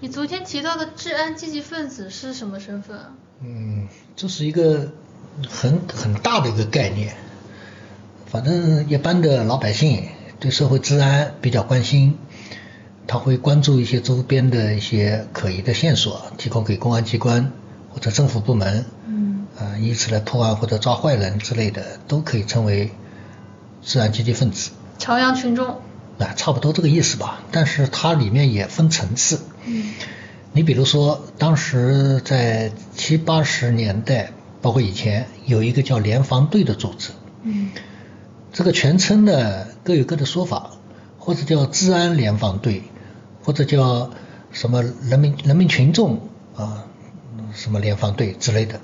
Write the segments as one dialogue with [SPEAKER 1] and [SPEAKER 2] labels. [SPEAKER 1] 你昨天提到的治安积极分子是什么身份啊？
[SPEAKER 2] 嗯，这是一个很很大的一个概念。反正一般的老百姓对社会治安比较关心，他会关注一些周边的一些可疑的线索，提供给公安机关或者政府部门，
[SPEAKER 1] 嗯，
[SPEAKER 2] 啊，以此来破案或者抓坏人之类的，都可以称为治安积极分子。
[SPEAKER 1] 朝阳群众。
[SPEAKER 2] 啊，差不多这个意思吧。但是它里面也分层次。
[SPEAKER 1] 嗯
[SPEAKER 2] 你比如说，当时在七八十年代，包括以前，有一个叫联防队的组织，
[SPEAKER 1] 嗯
[SPEAKER 2] 这个全称呢各有各的说法，或者叫治安联防队，或者叫什么人民人民群众啊什么联防队之类的。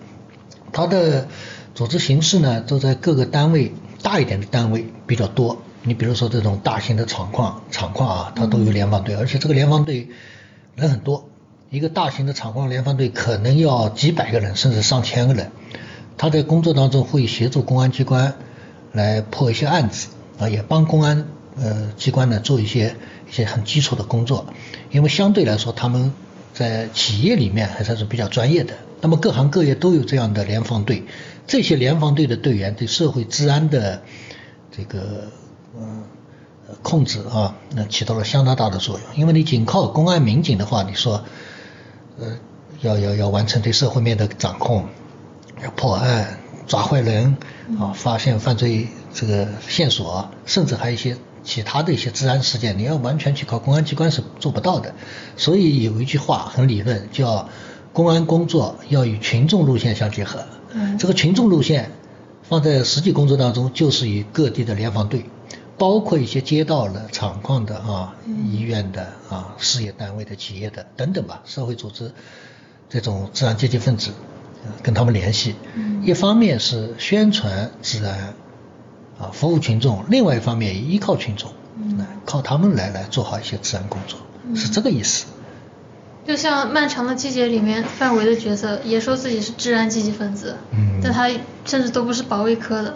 [SPEAKER 2] 它的组织形式呢都在各个单位大一点的单位比较多。你比如说这种大型的厂矿，厂矿啊，它都有联防队，而且这个联防队人很多，一个大型的厂矿联防队可能要几百个人，甚至上千个人。他在工作当中会协助公安机关来破一些案子啊，也帮公安呃机关呢做一些一些很基础的工作，因为相对来说他们在企业里面还算是比较专业的。那么各行各业都有这样的联防队，这些联防队的队员对社会治安的这个嗯呃控制啊，那起到了相当大的作用。因为你仅靠公安民警的话，你说呃要要要完成对社会面的掌控，要破案、抓坏人啊，发现犯罪这个线索，甚至还有一些其他的一些治安事件，你要完全去靠公安机关是做不到的。所以有一句话很理论，叫公安工作要与群众路线相结合。
[SPEAKER 1] 嗯
[SPEAKER 2] 这个群众路线放在实际工作当中，就是与各地的联防队，包括一些街道的、厂矿的啊、
[SPEAKER 1] 嗯
[SPEAKER 2] 医院的啊、事业单位的、企业的等等吧，社会组织这种治安阶级分子，呃跟他们联系。
[SPEAKER 1] 嗯
[SPEAKER 2] 一方面是宣传治安啊，服务群众；另外一方面也依靠群众，
[SPEAKER 1] 嗯
[SPEAKER 2] 来靠他们来来做好一些治安工作，
[SPEAKER 1] 嗯
[SPEAKER 2] 是这个意思。
[SPEAKER 1] 就像《漫长的季节》里面范围的角色也说自己是治安积极分子，
[SPEAKER 2] 嗯
[SPEAKER 1] 但他甚至都不是保卫科的。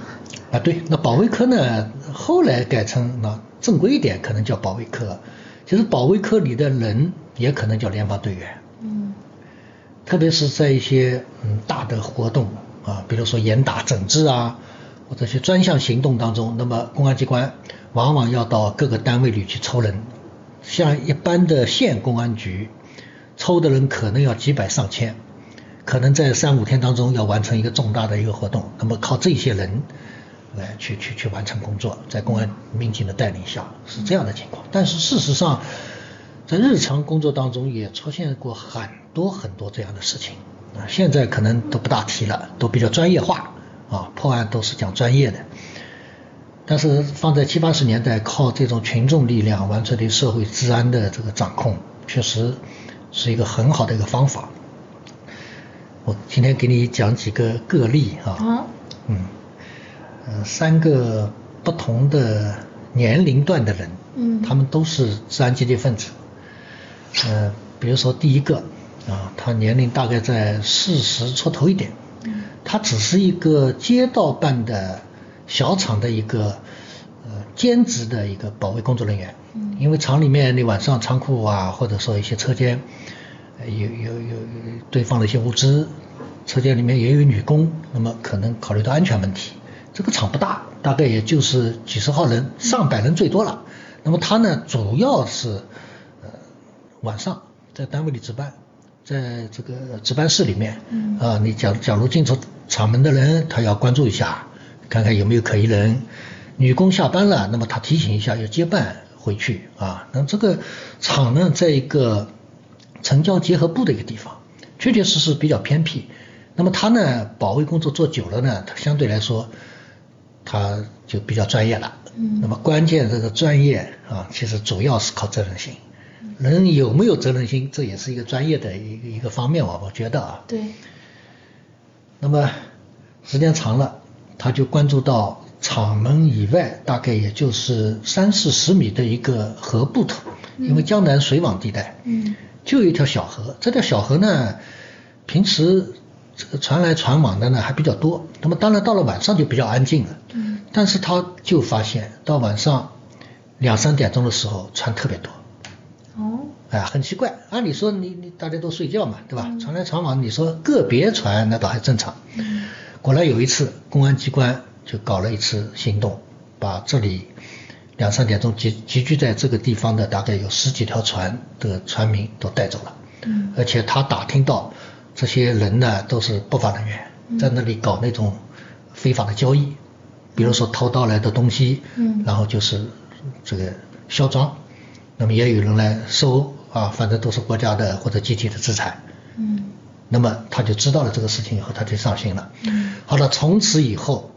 [SPEAKER 2] 啊，对，那保卫科呢，后来改成那正规一点，可能叫保卫科。其实保卫科里的人也可能叫联防队员，
[SPEAKER 1] 嗯
[SPEAKER 2] 特别是在一些嗯大的活动啊，比如说严打整治啊，或者一些专项行动当中，那么公安机关往往要到各个单位里去抽人，像一般的县公安局抽的人可能要几百上千，可能在三五天当中要完成一个重大的一个活动，那么靠这些人来去去去完成工作，在公安民警的带领下是这样的情况。但是事实上，在日常工作当中也出现过很多很多这样的事情啊，现在可能都不大提了，都比较专业化啊，破案都是讲专业的。但是放在七八十年代，靠这种群众力量完成对社会治安的这个掌控，确实是一个很好的一个方法。我今天给你讲几个个例啊，
[SPEAKER 1] 哦，
[SPEAKER 2] 嗯，呃，三个不同的年龄段的人，
[SPEAKER 1] 嗯
[SPEAKER 2] 他们都是治安积极分子。呃，比如说第一个啊，他年龄大概在四十出头一点，
[SPEAKER 1] 嗯
[SPEAKER 2] 他只是一个街道办的小厂的一个呃兼职的一个保卫工作人员。
[SPEAKER 1] 嗯
[SPEAKER 2] 因为厂里面你晚上仓库啊，或者说一些车间，呃有有有有堆放了一些物资，车间里面也有女工，那么可能考虑到安全问题，这个厂不大，大概也就是几十号人，上百人最多了。那么他呢，主要是呃晚上在单位里值班，在这个值班室里面，
[SPEAKER 1] 嗯
[SPEAKER 2] 啊，你假假如进出厂门的人，他要关注一下，看看有没有可疑人。女工下班了，那么他提醒一下要接办回去啊。那这个厂呢，在一个城郊结合部的一个地方，确确实实比较偏僻。那么他呢，保卫工作做久了呢，他相对来说他就比较专业了。
[SPEAKER 1] 嗯
[SPEAKER 2] 那么关键这个专业啊，其实主要是靠责任心。人有没有责任心，这也是一个专业的一个一个方面吧，我觉得啊。
[SPEAKER 1] 对，
[SPEAKER 2] 那么时间长了，他就关注到厂门以外，大概也就是三四十米的一个河埠头，
[SPEAKER 1] 嗯
[SPEAKER 2] 因为江南水网地带，
[SPEAKER 1] 嗯
[SPEAKER 2] 就有一条小河。这条小河呢，平时这个船来船往的呢还比较多。那么当然到了晚上就比较安静了。
[SPEAKER 1] 嗯
[SPEAKER 2] 但是他就发现到晚上两三点钟的时候，船特别多。
[SPEAKER 1] 哦，
[SPEAKER 2] 哎、啊，很奇怪。按理说你你大家都睡觉嘛，对吧？
[SPEAKER 1] 嗯
[SPEAKER 2] 传来传往，你说个别传那倒还正常。
[SPEAKER 1] 嗯
[SPEAKER 2] 果然有一次，公安机关就搞了一次行动，把这里两三点钟集集聚在这个地方的大概有十几条船的船民都带走了。
[SPEAKER 1] 嗯
[SPEAKER 2] 而且他打听到这些人呢都是不法人
[SPEAKER 1] 嗯
[SPEAKER 2] 员，在那里搞那种非法的交易，比如说偷盗来的东西，
[SPEAKER 1] 嗯
[SPEAKER 2] 然后就是这个销赃，那么也有人来收啊，反正都是国家的或者集体的资产。
[SPEAKER 1] 嗯
[SPEAKER 2] 那么他就知道了这个事情以后，他就上心了。
[SPEAKER 1] 嗯
[SPEAKER 2] 好了，从此以后，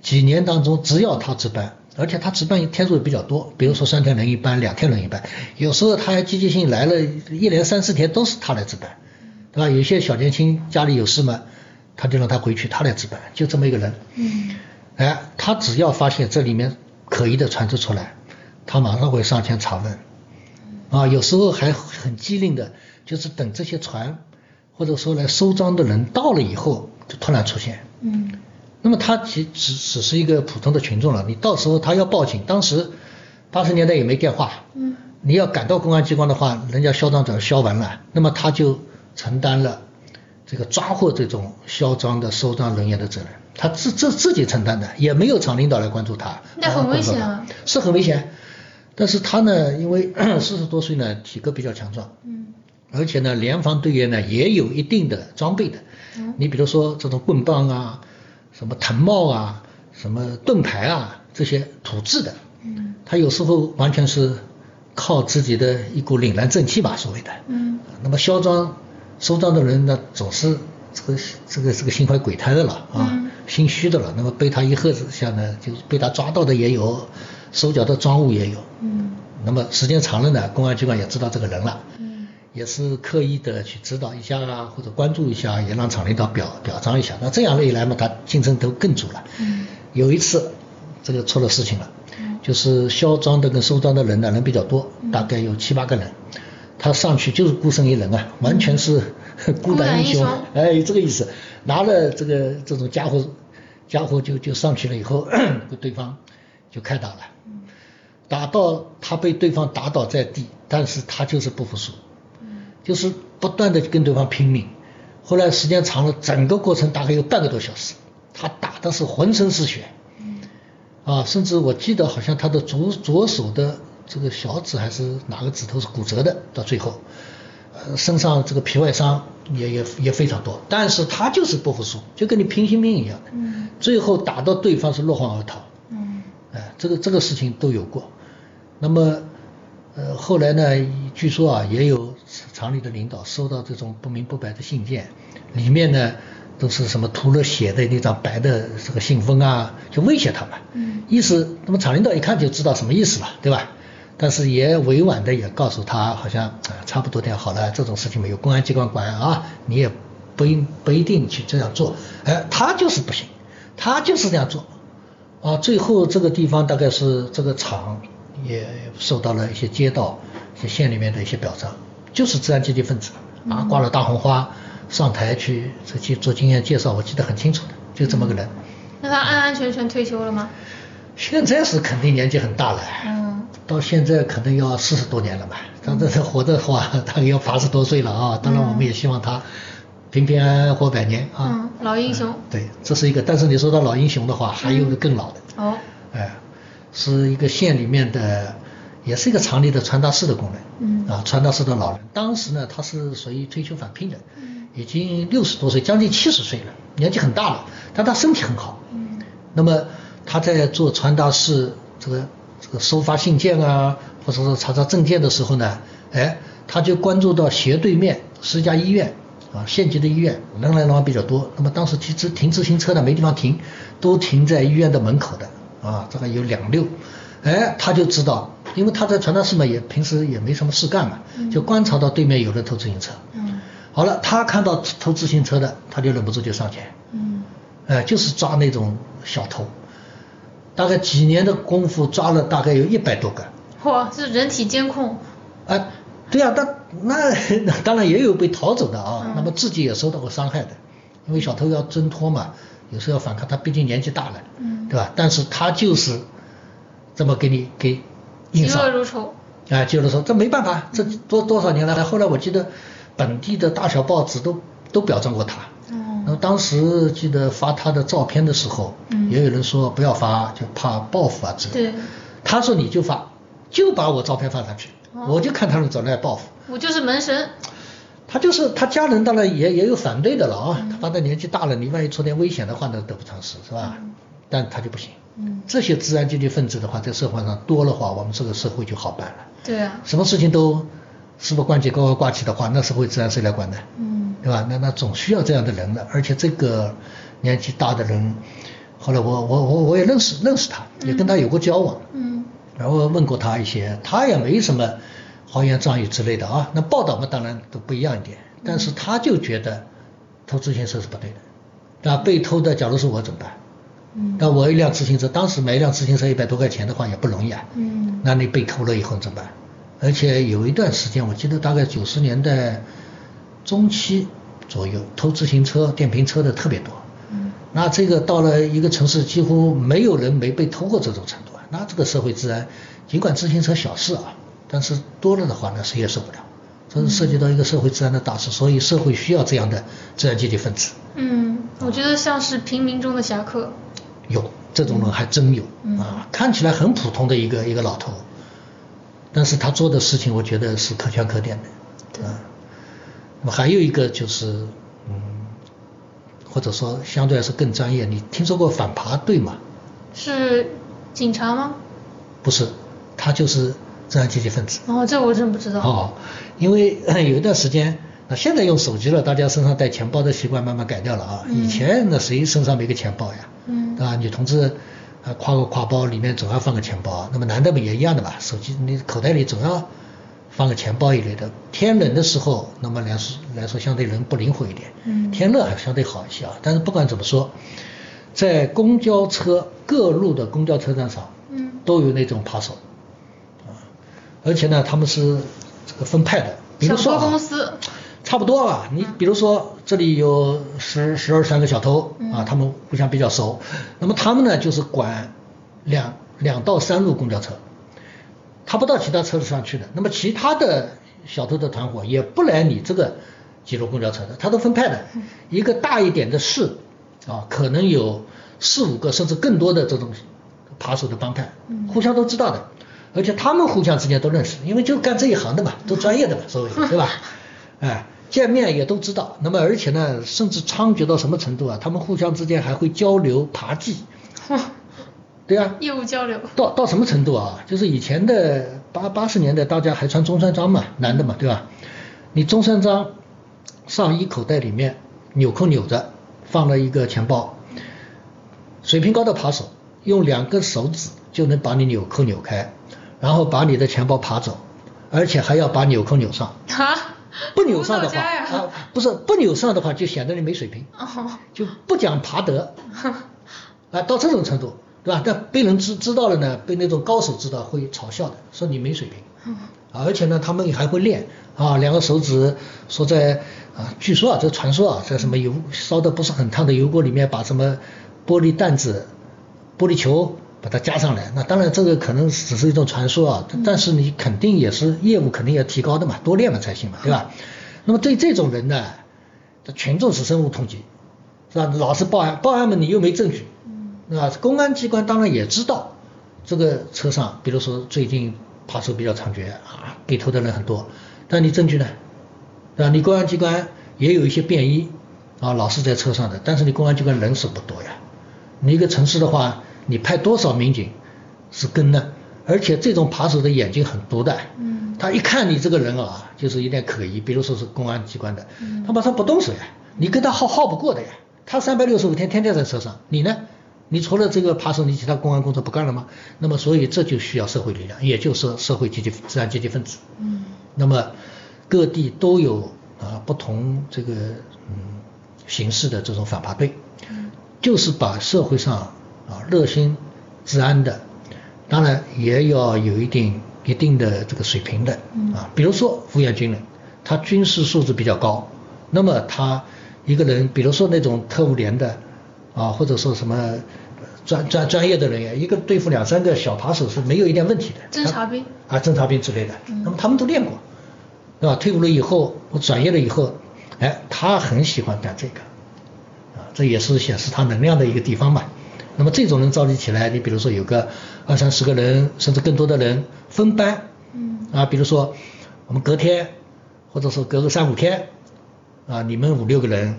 [SPEAKER 2] 几年当中，只要他值班，而且他值班天数也比较多，比如说三天轮一班，两天轮一班，有时候他还积极性来了，一连三四天都是他来值班，对吧？有些小年轻家里有事嘛，他就让他回去，他来值班，就这么一个人。
[SPEAKER 1] 嗯
[SPEAKER 2] 哎，他只要发现这里面可疑的船只出来，他马上会上前查问。啊，有时候还很机灵的，就是等这些船或者说来收赃的人到了以后，就突然出现。
[SPEAKER 1] 嗯
[SPEAKER 2] 那么他其只只是一个普通的群众了，你到时候他要报警，当时八十年代也没电话，
[SPEAKER 1] 嗯
[SPEAKER 2] 你要赶到公安机关的话，人家销赃早就销完了，那么他就承担了这个抓获这种销赃的收赃人员的责任，他自自自己承担的，也没有厂领导来关注他。
[SPEAKER 1] 那很危险啊！
[SPEAKER 2] 是很危险，但是他呢，因为四十多岁呢，体格比较强壮，
[SPEAKER 1] 嗯
[SPEAKER 2] 而且呢，联防队员呢也有一定的装备的
[SPEAKER 1] 嗯。
[SPEAKER 2] 你比如说这种棍棒啊、什么藤帽啊、什么盾牌啊这些土制的，
[SPEAKER 1] 嗯
[SPEAKER 2] 他有时候完全是靠自己的一股凛然正气吧，所谓的。
[SPEAKER 1] 嗯
[SPEAKER 2] 那么销赃收赃的人呢，总是这个这个这个心怀鬼胎的了啊，
[SPEAKER 1] 嗯
[SPEAKER 2] 心虚的了。那么被他一喝之下呢，就被他抓到的也有，收缴的赃物也有。
[SPEAKER 1] 嗯
[SPEAKER 2] 那么时间长了呢，公安机关也知道这个人了。
[SPEAKER 1] 嗯
[SPEAKER 2] 也是刻意的去指导一下啊，或者关注一下，也让厂领导表表彰一下。那这样一来嘛，他竞争都更足了。
[SPEAKER 1] 嗯
[SPEAKER 2] 有一次，这个出了事情了
[SPEAKER 1] 嗯，
[SPEAKER 2] 就是销赃的跟收赃的人呢，人比较多
[SPEAKER 1] 嗯，
[SPEAKER 2] 大概有七八个人。他上去就是孤身一人啊，完全是孤胆
[SPEAKER 1] 嗯孤胆英
[SPEAKER 2] 英雄
[SPEAKER 1] 雄，
[SPEAKER 2] 哎，这个意思。拿了这个这种家伙，家伙就就上去了以后，对方就开打了。
[SPEAKER 1] 嗯
[SPEAKER 2] 打到他被对方打倒在地，但是他就是不服输，
[SPEAKER 1] 嗯
[SPEAKER 2] 就是不断的跟对方拼命。后来时间长了，整个过程大概有半个多小时，他打的是浑身是血，
[SPEAKER 1] 嗯
[SPEAKER 2] 啊，甚至我记得好像他的左左手的这个小指还是哪个指头是骨折的，到最后，呃，身上这个皮外伤也也也非常多，但是他就是不服输，就跟你拼性命一样的，
[SPEAKER 1] 嗯
[SPEAKER 2] 最后打到对方是落荒而逃。
[SPEAKER 1] 嗯
[SPEAKER 2] 哎，这个这个事情都有过。那么，呃，后来呢，据说啊，也有厂里的领导收到这种不明不白的信件，里面呢都是什么涂了血的那张白的这个信封啊，就威胁他们。
[SPEAKER 1] 嗯
[SPEAKER 2] 意思，那么厂领导一看就知道什么意思了，对吧？但是也委婉的也告诉他，好像啊、差不多点好了，这种事情没有公安机关管啊，你也不应不一定去这样做。哎，他就是不行，他就是这样做。啊，最后这个地方大概是这个厂也受到了一些街道、一些县里面的一些表彰，就是治安积极分子啊，挂了大红花，上台去这去做经验介绍，我记得很清楚的，就这么个人。
[SPEAKER 1] 那他安安全全退休了吗？
[SPEAKER 2] 现在是肯定年纪很大了，
[SPEAKER 1] 嗯
[SPEAKER 2] 到现在可能要四十多年了吧。他这这活的话， 大概要八十多岁了啊。当然，我们也希望他平平安安活百年啊。
[SPEAKER 1] 嗯，老英雄。嗯
[SPEAKER 2] 对，这是一个。但是你说到老英雄的话，还有一个更老的，
[SPEAKER 1] 哦，
[SPEAKER 2] 哎，是一个县里面的，也是一个厂里的传达室的工人。
[SPEAKER 1] 嗯
[SPEAKER 2] 啊，传达室的老人，当时呢，他是属于退休返聘的
[SPEAKER 1] 嗯，
[SPEAKER 2] 已经六十多岁，将近七十岁了，年纪很大了，但他身体很好。
[SPEAKER 1] 嗯
[SPEAKER 2] 那么他在做传达室这个这个收发信件啊，或者说查查证件的时候呢，哎，他就关注到斜对面是一家医院啊，县级的医院人来人往比较多。那么当时其实停自行车呢没地方停，都停在医院的门口的啊，大概有两溜。哎，他就知道，因为他在传达室嘛，也平时也没什么事干嘛，就观察到对面有人偷自行车。
[SPEAKER 1] 嗯
[SPEAKER 2] 好了，他看到偷自行车的，他就忍不住就上前。
[SPEAKER 1] 嗯
[SPEAKER 2] 呃，就是抓那种小偷，大概几年的功夫抓了大概有一百多个，
[SPEAKER 1] 嚯，
[SPEAKER 2] 啊、
[SPEAKER 1] 这人体监控。
[SPEAKER 2] 对啊，但那那当然也有被逃走的啊，
[SPEAKER 1] 嗯
[SPEAKER 2] 那么自己也受到过伤害的，因为小偷要挣脱嘛，有时候要反抗，他毕竟年纪大了，
[SPEAKER 1] 嗯
[SPEAKER 2] 对吧？但是他就是这么给你给印
[SPEAKER 1] 嫉恶
[SPEAKER 2] 上，
[SPEAKER 1] 如仇。
[SPEAKER 2] 啊，就是说这没办法，这多多少年来，后来我记得本地的大小报纸都都表彰过他。
[SPEAKER 1] 哦，
[SPEAKER 2] 那么当时记得发他的照片的时候，
[SPEAKER 1] 嗯
[SPEAKER 2] 也有人说不要发，就怕报复啊之类的。
[SPEAKER 1] 对，
[SPEAKER 2] 他说你就发，就把我照片放上去，
[SPEAKER 1] 哦
[SPEAKER 2] 我就看他们怎么来报复。
[SPEAKER 1] 我就是门神。
[SPEAKER 2] 他就是他家人，当然也也有反对的了
[SPEAKER 1] 嗯
[SPEAKER 2] 啊。他反正年纪大了，你万一出点危险的话，那得不偿失，是吧？但他就不行。
[SPEAKER 1] 嗯，
[SPEAKER 2] 这些治安阶级分子的话，在社会上多的话，我们这个社会就好办了。
[SPEAKER 1] 对啊，
[SPEAKER 2] 什么事情都事不关己高高挂起的话，那社会治安谁来管呢？
[SPEAKER 1] 嗯
[SPEAKER 2] 对吧？那那总需要这样的人的，而且这个年纪大的人，后来我我我我也认识认识他，也跟他有过交往，
[SPEAKER 1] 嗯
[SPEAKER 2] 然后问过他一些，他也没什么豪言壮语之类的啊。那报道嘛，当然都不一样一点，但是他就觉得偷自行车是不对的，那被偷的，假如是我怎么办？
[SPEAKER 1] 嗯
[SPEAKER 2] 那我一辆自行车，当时买一辆自行车一百多块钱的话也不容易啊。
[SPEAKER 1] 嗯
[SPEAKER 2] 那你被偷了以后怎么办？而且有一段时间，我记得大概九十年代中期左右，偷自行车、电瓶车的特别多。
[SPEAKER 1] 嗯
[SPEAKER 2] 那这个到了一个城市，几乎没有人没被偷过这种程度啊。那这个社会治安，尽管自行车小事啊，但是多了的话呢，谁也受不了。这是涉及到一个社会治安的大事，所以社会需要这样的治安阶级分子。
[SPEAKER 1] 嗯，我觉得像是平民中的侠客。
[SPEAKER 2] 有这种人还真有、
[SPEAKER 1] 嗯
[SPEAKER 2] 啊，看起来很普通的一个一个老头，但是他做的事情，我觉得是可圈可点的。
[SPEAKER 1] 对
[SPEAKER 2] 啊，那么还有一个就是，嗯，或者说相对来说更专业，你听说过反扒队吗？
[SPEAKER 1] 是警察吗？
[SPEAKER 2] 不是，他就是治安阶级分子。
[SPEAKER 1] 哦，这我真不知道。
[SPEAKER 2] 哦，因为 有一段时间，那现在用手机了，大家身上带钱包的习惯慢慢改掉了啊。
[SPEAKER 1] 嗯
[SPEAKER 2] 以前那谁身上没个钱包呀？
[SPEAKER 1] 嗯
[SPEAKER 2] 啊，女同志啊，挎个挎包里面总要放个钱包啊，那么男的们也一样的嘛，手机你口袋里总要放个钱包一类的。天冷的时候，那么来说来说相对人不灵活一点，
[SPEAKER 1] 嗯
[SPEAKER 2] 天热还相对好一些啊。但是不管怎么说，在公交车各路的公交车站上，
[SPEAKER 1] 嗯
[SPEAKER 2] 都有那种扒手，啊，而且呢，他们是这个分派的，比如说
[SPEAKER 1] 小偷
[SPEAKER 2] 啊
[SPEAKER 1] 公司嗯
[SPEAKER 2] 差不多啊，你比如说这里有十十二三个小偷啊
[SPEAKER 1] 嗯，
[SPEAKER 2] 他们互相比较熟，那么他们呢就是管两两到三路公交车，他不到其他车子上去的，那么其他的小偷的团伙也不来你这个几路公交车的，他都分派的，
[SPEAKER 1] 嗯
[SPEAKER 2] 一个大一点的市啊，可能有四五个甚至更多的这种扒手的帮派
[SPEAKER 1] 嗯，
[SPEAKER 2] 互相都知道的，而且他们互相之间都认识，因为就干这一行的嘛，都专业的嘛，所谓的对吧？哎，见面也都知道。那么而且呢，甚至猖獗到什么程度啊？他们互相之间还会交流扒技，对啊，
[SPEAKER 1] 业务交流。
[SPEAKER 2] 到到什么程度啊？就是以前的八八十年代，大家还穿中山装嘛，男的嘛，对吧？你中山装上衣口袋里面纽扣扭着，放了一个钱包，水平高的扒手用两根手指就能把你纽扣扭开，然后把你的钱包扒走，而且还要把纽扣扭上。
[SPEAKER 1] 啊？
[SPEAKER 2] 不扭上的
[SPEAKER 1] 吴
[SPEAKER 2] 话
[SPEAKER 1] 道家呀
[SPEAKER 2] 啊，不是不扭上的话，就显得你没水平，
[SPEAKER 1] 哦，
[SPEAKER 2] 就不讲爬德，啊，到这种程度，对吧？但被人知知道了呢，被那种高手知道会嘲笑的，说你没水平。
[SPEAKER 1] 嗯
[SPEAKER 2] 啊，而且呢，他们还会练啊，两个手指说在啊，据说啊，这传说啊，在什么油烧的不是很烫的油锅里面，把什么玻璃弹子、玻璃球把它加上来。那当然，这个可能只是一种传说啊，但是你肯定也是业务肯定要提高的嘛，多练了才行嘛，对吧？那么对这种人呢，这群众是深恶痛绝，是吧？老是报案，报案嘛，你又没证据，
[SPEAKER 1] 嗯
[SPEAKER 2] 啊，公安机关当然也知道，这个车上，比如说最近扒手比较猖獗啊，被偷的人很多，但你证据呢？对吧？你公安机关也有一些便衣啊，老是在车上的，但是你公安机关人手不多呀。你一个城市的话，你派多少民警是跟呢？而且这种扒手的眼睛很毒的，
[SPEAKER 1] 嗯
[SPEAKER 2] 他一看你这个人啊，就是有点可疑，比如说是公安机关的，
[SPEAKER 1] 嗯
[SPEAKER 2] 他马上不动手呀，你跟他耗耗不过的呀。他三百六十五天天天在车上，你呢？你除了这个扒手，你其他公安工作不干了吗？那么，所以这就需要社会力量，也就是社会阶级、自然阶级分子。
[SPEAKER 1] 嗯
[SPEAKER 2] 那么各地都有啊不同这个嗯形式的这种反扒队，就是把社会上啊热心治安的，当然也要有一定一定的这个水平的
[SPEAKER 1] 嗯
[SPEAKER 2] 啊，比如说服役军人，他军事素质比较高，那么他一个人，比如说那种特务连的啊，或者说什么。呃专专专业的人员，一个对付两三个小扒手是没有一点问题的。
[SPEAKER 1] 侦察兵嗯
[SPEAKER 2] 啊，侦察兵之类的，那么他们都练过，对吧？退伍了以后，我转业了以后，哎，他很喜欢干这个，啊，这也是显示他能量的一个地方嘛。那么这种人召集起来，你比如说有个二三十个人，甚至更多的人分班，
[SPEAKER 1] 嗯
[SPEAKER 2] 啊，比如说我们隔天，或者说隔个三五天，啊，你们五六个人，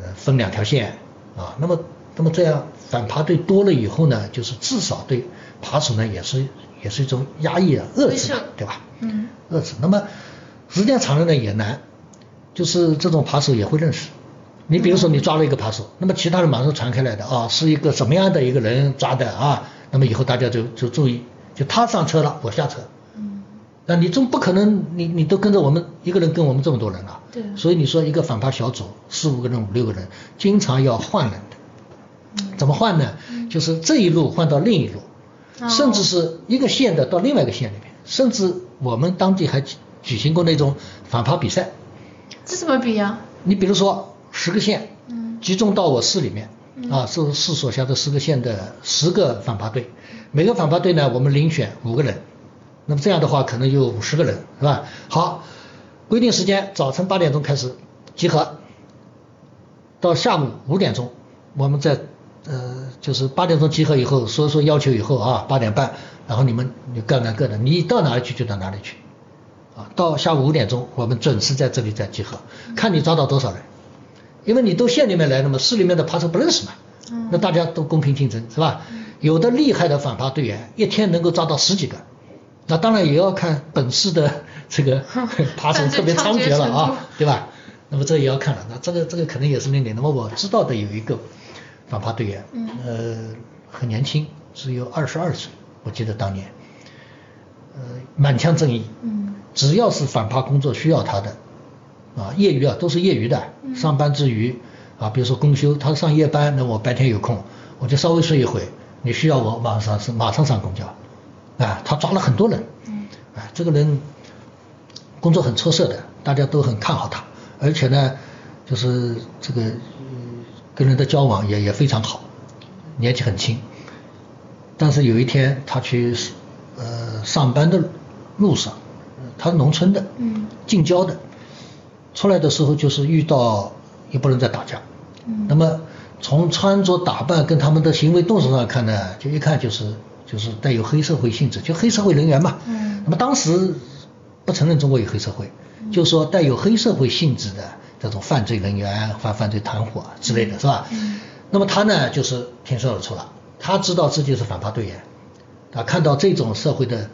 [SPEAKER 2] 呃，分两条线，啊，那么那么这样反扒队多了以后呢，就是至少对扒手呢也是也是一种压抑啊，遏制嘛
[SPEAKER 1] 威慑，
[SPEAKER 2] 对吧？
[SPEAKER 1] 嗯
[SPEAKER 2] 遏制。呃那么时间长了呢也难，就是这种扒手也会认识。你比如说你抓了一个扒手，那么其他人马上传开来的啊，是一个什么样的一个人抓的啊？那么以后大家就就注意，就他上车了，我下车。
[SPEAKER 1] 嗯，
[SPEAKER 2] 那你总不可能你你都跟着我们一个人跟我们这么多人啊？
[SPEAKER 1] 对
[SPEAKER 2] 所以你说一个反扒小组四五个人五六个人，经常要换人的，
[SPEAKER 1] 嗯
[SPEAKER 2] 怎么换呢？就是这一路换到另一路，
[SPEAKER 1] 哦
[SPEAKER 2] 甚至是一个县的到另外一个县里面，甚至我们当地还举举行过那种反扒比赛。
[SPEAKER 1] 这怎么比呀、
[SPEAKER 2] 你比如说十个县，
[SPEAKER 1] 嗯
[SPEAKER 2] 集中到我市里面，
[SPEAKER 1] 嗯
[SPEAKER 2] 啊，是市所辖的十个县的十个反扒队，每个反扒队呢，我们遴选五个人，那么这样的话可能有五十个人，是吧？好，规定时间早晨八点钟开始集合，到下午五点钟，我们在呃就是八点钟集合以后，说说要求以后啊，八点半，然后你们你各干各的，你到哪里去就到哪里去，啊，到下午五点钟我们准时在这里再集合，
[SPEAKER 1] 嗯
[SPEAKER 2] 看你抓到多少人，因为你都县里面来的嘛，市里面的扒手不认识嘛
[SPEAKER 1] 嗯，
[SPEAKER 2] 那大家都公平竞争是吧？有的厉害的反扒队员一天能够抓到十几个。那当然也要看本市的 这个扒手
[SPEAKER 1] 犯罪
[SPEAKER 2] 特别
[SPEAKER 1] 猖
[SPEAKER 2] 猖
[SPEAKER 1] 獗
[SPEAKER 2] 獗了
[SPEAKER 1] 程度
[SPEAKER 2] 啊，对吧？那么这也要看了，那这个这个可能也是那点。那么我知道的有一个反扒队员，
[SPEAKER 1] 嗯
[SPEAKER 2] 呃，很年轻，只有二十二岁，我记得当年，呃，满腔正义，
[SPEAKER 1] 嗯
[SPEAKER 2] 只要是反扒工作需要他的，啊，业余啊都是业余的，
[SPEAKER 1] 嗯
[SPEAKER 2] 上班之余啊，比如说公休，他上夜班，那我白天有空，我就稍微睡一会，你需要我马上是马上上公交，啊，他抓了很多人，
[SPEAKER 1] 嗯
[SPEAKER 2] 啊，这个人工作很出色的，大家都很看好他，而且呢，就是这个、呃跟人的交往也也非常好，年纪很轻。但是有一天他去呃上班的路上，呃他是农村的，
[SPEAKER 1] 嗯
[SPEAKER 2] 近郊的，出来的时候就是遇到一拨人在打架，
[SPEAKER 1] 嗯
[SPEAKER 2] 那么从穿着打扮跟他们的行为动作上看呢，就一看就是就是带有黑社会性质，就黑社会人员嘛。
[SPEAKER 1] 嗯
[SPEAKER 2] 那么当时不承认中国有黑社会，
[SPEAKER 1] 嗯
[SPEAKER 2] 就说带有黑社会性质的这种犯罪人员、犯犯罪团伙之类的是吧？
[SPEAKER 1] 嗯
[SPEAKER 2] 那么他呢，就是挺身而出了，他知道自己是反扒队员，啊，看到这种社会的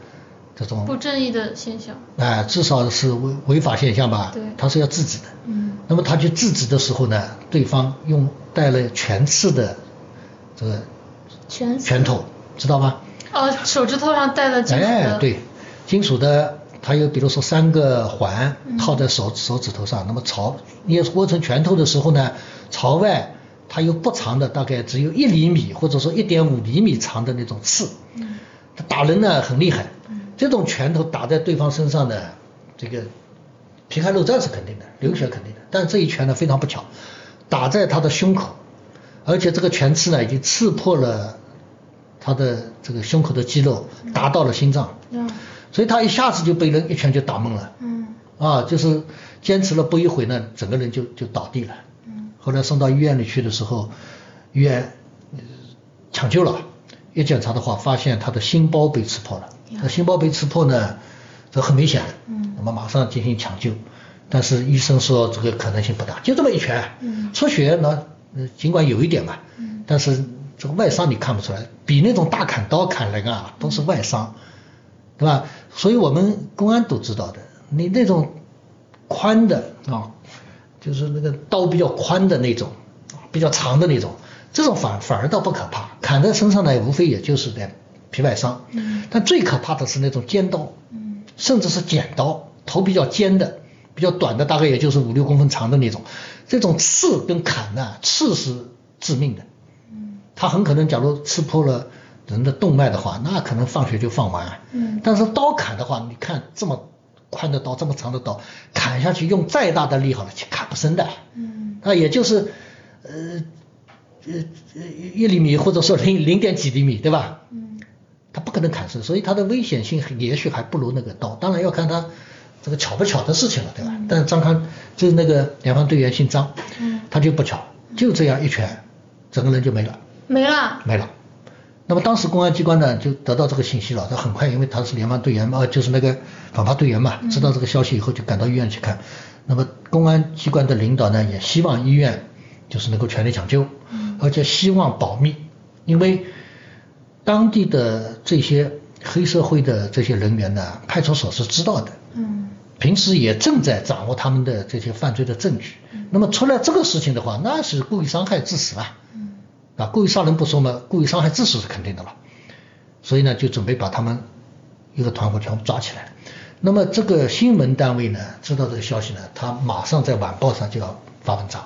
[SPEAKER 2] 这种
[SPEAKER 1] 不正义的现象。
[SPEAKER 2] 哎，至少是违违法现象吧
[SPEAKER 1] 对，
[SPEAKER 2] 他是要制止的。
[SPEAKER 1] 嗯
[SPEAKER 2] 那么他去制止的时候呢，对方用带了全刺的这个
[SPEAKER 1] 拳
[SPEAKER 2] 拳头，知道吗？
[SPEAKER 1] 哦，手指头上戴了金属的。
[SPEAKER 2] 哎，对，金属的，它有比如说三个环
[SPEAKER 1] 嗯
[SPEAKER 2] 套在手、手指头上，那么朝捏握成拳头的时候呢，朝外它有不长的，大概只有一厘米或者说一点五厘米长的那种刺，
[SPEAKER 1] 嗯
[SPEAKER 2] 它打人呢很厉害
[SPEAKER 1] 嗯，
[SPEAKER 2] 这种拳头打在对方身上呢，这个皮开肉绽是肯定的，流血肯定的，但这一拳呢非常不巧，打在他的胸口，而且这个拳刺呢已经刺破了他的这个胸口的肌肉，打到了心脏，
[SPEAKER 1] 嗯
[SPEAKER 2] 所以他一下子就被人一拳就打懵了，
[SPEAKER 1] 嗯
[SPEAKER 2] 啊，就是坚持了不一会呢，整个人就就倒地了。
[SPEAKER 1] 嗯
[SPEAKER 2] 后来送到医院里去的时候，医院呃抢救了，一检查的话，发现他的心包被刺破了。
[SPEAKER 1] 呀
[SPEAKER 2] 那心包被刺破呢，这很危险的。
[SPEAKER 1] 嗯
[SPEAKER 2] 那么马上进行抢救，但是医生说这个可能性不大，就这么一拳。
[SPEAKER 1] 嗯
[SPEAKER 2] 出血呢，呃尽管有一点吧，
[SPEAKER 1] 嗯
[SPEAKER 2] 但是这个外伤你看不出来，比那种大砍刀砍人啊都
[SPEAKER 1] 嗯
[SPEAKER 2] 是外伤，对吧？所以我们公安都知道的，你那种宽的啊，就是那个刀比较宽的那种，比较长的那种，这种反反而倒不可怕，砍在身上呢，无非也就是点皮外伤。
[SPEAKER 1] 嗯
[SPEAKER 2] 但最可怕的是那种尖刀，
[SPEAKER 1] 嗯
[SPEAKER 2] 甚至是剪刀，头比较尖的、比较短的，大概也就是五六公分长的那种。这种刺跟砍呐、刺是致命的，
[SPEAKER 1] 嗯
[SPEAKER 2] 它很可能假如刺破了人的动脉的话，那可能放血就放完啊。
[SPEAKER 1] 嗯
[SPEAKER 2] 但是刀砍的话，你看这么宽的刀，这么长的刀，砍下去用再大的力好了，砍不深的。
[SPEAKER 1] 嗯
[SPEAKER 2] 那也就是呃呃呃一厘米或者说零零点几厘米，对吧？
[SPEAKER 1] 嗯
[SPEAKER 2] 它不可能砍树，所以它的危险性也许还不如那个刀。当然要看它这个巧不巧的事情了，对吧？
[SPEAKER 1] 嗯
[SPEAKER 2] 但是张康就是那个两方队员姓张，
[SPEAKER 1] 嗯
[SPEAKER 2] 他就不巧，就这样一拳，整个人就没了，
[SPEAKER 1] 没了。
[SPEAKER 2] 没了。那么当时公安机关呢就得到这个信息了，他很快因为他是联防队员嘛，呃就是那个反扒队员嘛，
[SPEAKER 1] 嗯
[SPEAKER 2] 知道这个消息以后就赶到医院去看。那么公安机关的领导呢也希望医院就是能够全力抢救，
[SPEAKER 1] 嗯
[SPEAKER 2] 而且希望保密，因为当地的这些黑社会的这些人员呢，派出所是知道的，
[SPEAKER 1] 嗯
[SPEAKER 2] 平时也正在掌握他们的这些犯罪的证据
[SPEAKER 1] 嗯。
[SPEAKER 2] 那么出了这个事情的话，那是故意伤害致死啊，
[SPEAKER 1] 嗯
[SPEAKER 2] 啊，故意杀人不说嘛，故意伤害致死是肯定的了。所以呢，就准备把他们一个团伙全部抓起来。那么这个新闻单位呢，知道这个消息呢，他马上在晚报上就要发文章。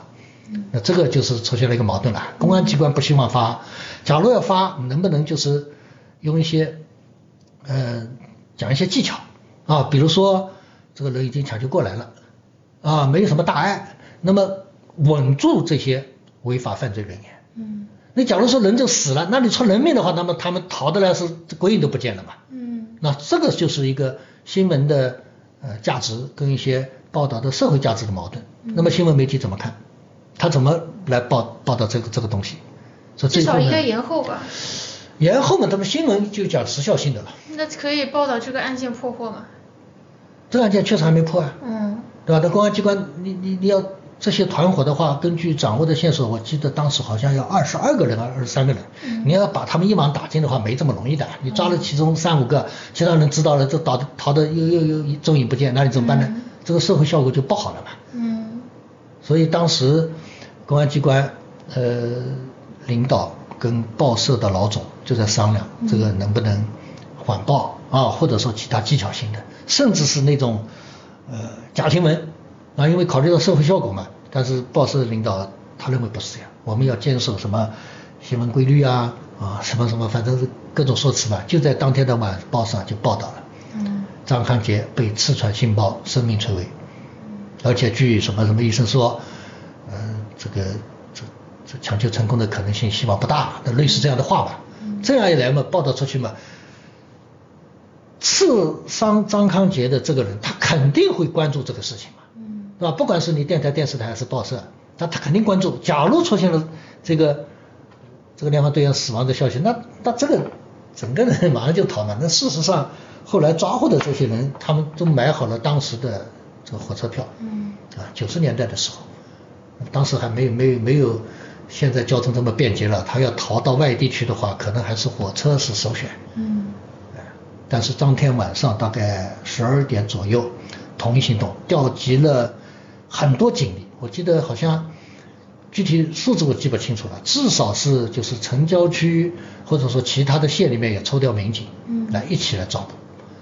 [SPEAKER 1] 嗯
[SPEAKER 2] 那这个就是出现了一个矛盾了。公安机关不希望发，假如要发，能不能就是用一些呃讲一些技巧啊？比如说这个人已经抢救过来了啊，没有什么大碍，那么稳住这些违法犯罪人员。
[SPEAKER 1] 嗯
[SPEAKER 2] 你假如说人就死了，那你出人命的话，那么他们逃得来是鬼影都不见了嘛。
[SPEAKER 1] 嗯
[SPEAKER 2] 那这个就是一个新闻的呃价值跟一些报道的社会价值的矛盾。
[SPEAKER 1] 嗯
[SPEAKER 2] 那么新闻媒体怎么看？他怎么来报报道这个这个东西？所以
[SPEAKER 1] 至
[SPEAKER 2] 最后
[SPEAKER 1] 少应该
[SPEAKER 2] 呢，
[SPEAKER 1] 延后吧。
[SPEAKER 2] 延后嘛，他们新闻就讲时效性的了。
[SPEAKER 1] 那可以报道这个案件破获吗？
[SPEAKER 2] 这个案件确实还没破啊，
[SPEAKER 1] 嗯
[SPEAKER 2] 对吧？那公安机关，你你你要这些团伙的话，根据掌握的线索，我记得当时好像要二十二个人还是二十三个人，
[SPEAKER 1] 嗯
[SPEAKER 2] 你要把他们一网打尽的话，没这么容易的。你抓了其中三五个，其他人知道了，这逃逃的又又又踪影不见，那你怎么办呢？
[SPEAKER 1] 嗯
[SPEAKER 2] 这个社会效果就不好了嘛。
[SPEAKER 1] 嗯
[SPEAKER 2] 所以当时公安机关呃领导跟报社的老总就在商量，
[SPEAKER 1] 嗯
[SPEAKER 2] 这个能不能缓报啊，或者说其他技巧性的，甚至是那种呃假新闻啊，因为考虑到社会效果嘛。但是报社领导他认为不是这样，我们要坚守什么新闻规律啊啊什么什么，反正是各种说辞吧。就在当天的晚报上就报道了，
[SPEAKER 1] 嗯
[SPEAKER 2] 张康杰被四川信报生命垂危。而且据什么什么医生说，嗯、这个这这抢救成功的可能性希望不大，那类似这样的话吧。
[SPEAKER 1] 嗯
[SPEAKER 2] 这样一来嘛，报道出去嘛，刺伤张康杰的这个人，他肯定会关注这个事情嘛，
[SPEAKER 1] 嗯
[SPEAKER 2] 对吧？不管是你电台、电视台还是报社，那他肯定关注。假如出现了这个这个联防队员死亡的消息，那那这个整个人马上就逃嘛。那事实上，后来抓获的这些人，他们都买好了当时的这个火车票。
[SPEAKER 1] 嗯
[SPEAKER 2] 啊，九十年代的时候，当时还没有没有没有现在交通这么便捷了，他要逃到外地去的话，可能还是火车是首选。
[SPEAKER 1] 嗯
[SPEAKER 2] 哎但是当天晚上大概十二点左右，同一行动调集了很多警力，我记得好像具体数字我记不清楚了，至少是就是城郊区或者说其他的县里面也抽调民警，
[SPEAKER 1] 嗯
[SPEAKER 2] 来一起来抓捕，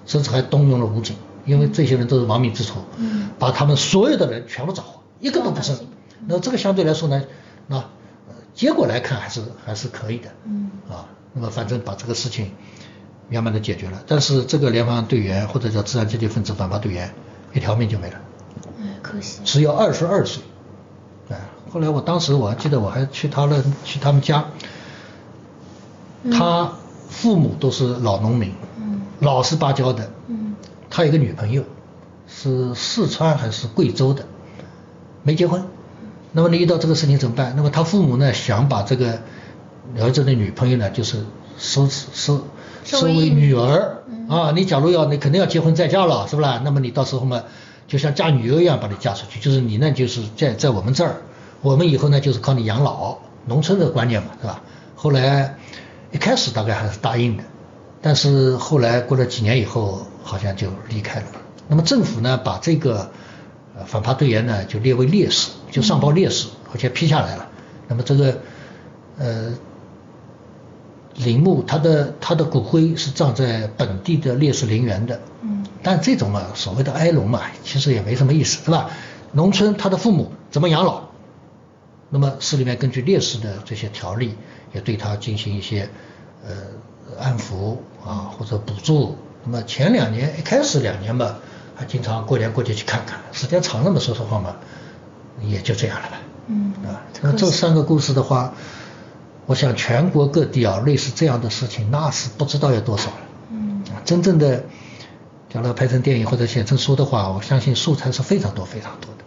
[SPEAKER 2] 甚至还动用了武警，因为这些人都是亡命之徒，
[SPEAKER 1] 嗯
[SPEAKER 2] 把他们所有的人全部抓获，一个都不剩
[SPEAKER 1] 抓到了。
[SPEAKER 2] 那这个相对来说呢，那呃结果来看还是还是可以的。
[SPEAKER 1] 嗯
[SPEAKER 2] 啊，那么反正把这个事情圆满的解决了，但是这个联防队员或者叫治安阶级分子反扒队员一条命就没了，
[SPEAKER 1] 哎，可惜。
[SPEAKER 2] 只有二十二岁。哎，后来我当时我还记得我还去他那去他们家，
[SPEAKER 1] 嗯
[SPEAKER 2] 他父母都是老农民，
[SPEAKER 1] 嗯
[SPEAKER 2] 老实巴交的，
[SPEAKER 1] 嗯
[SPEAKER 2] 他有一个女朋友，是四川还是贵州的，没结婚。那么你遇到这个事情怎么办？那么他父母呢，想把这个儿子的女朋友呢，就是收收
[SPEAKER 1] 收
[SPEAKER 2] 收
[SPEAKER 1] 为
[SPEAKER 2] 为
[SPEAKER 1] 女
[SPEAKER 2] 女儿、
[SPEAKER 1] 嗯
[SPEAKER 2] 啊。你假如要，你肯定要结婚再嫁了，是不啦？那么你到时候嘛，就像嫁女儿一样把你嫁出去，就是你呢，就是在在我们这儿，我们以后呢就是靠你养老，农村的观念嘛，是吧？后来一开始大概还是答应的，但是后来过了几年以后，好像就离开了。那么政府呢，把这个呃反扒队员呢就列为烈士，就上报烈士，而且批下来了。那么这个呃陵墓，他的他的骨灰是葬在本地的烈士陵园的。
[SPEAKER 1] 嗯
[SPEAKER 2] 但这种嘛，所谓的哀荣嘛，其实也没什么意思，对吧？农村他的父母怎么养老？那么市里面根据烈士的这些条例，也对他进行一些呃安抚啊或者补助。那么前两年一开始两年嘛，还经常过年过节去看看，时间长了嘛，说实话嘛，也就这样了吧。
[SPEAKER 1] 嗯
[SPEAKER 2] 啊，那
[SPEAKER 1] 可
[SPEAKER 2] 这
[SPEAKER 1] 惜。
[SPEAKER 2] 三个故事的话，我想全国各地啊，类似这样的事情，那是不知道有多少了。
[SPEAKER 1] 嗯
[SPEAKER 2] 啊真正的，假如拍成电影或者写成书的话，我相信素材是非常多非常多的。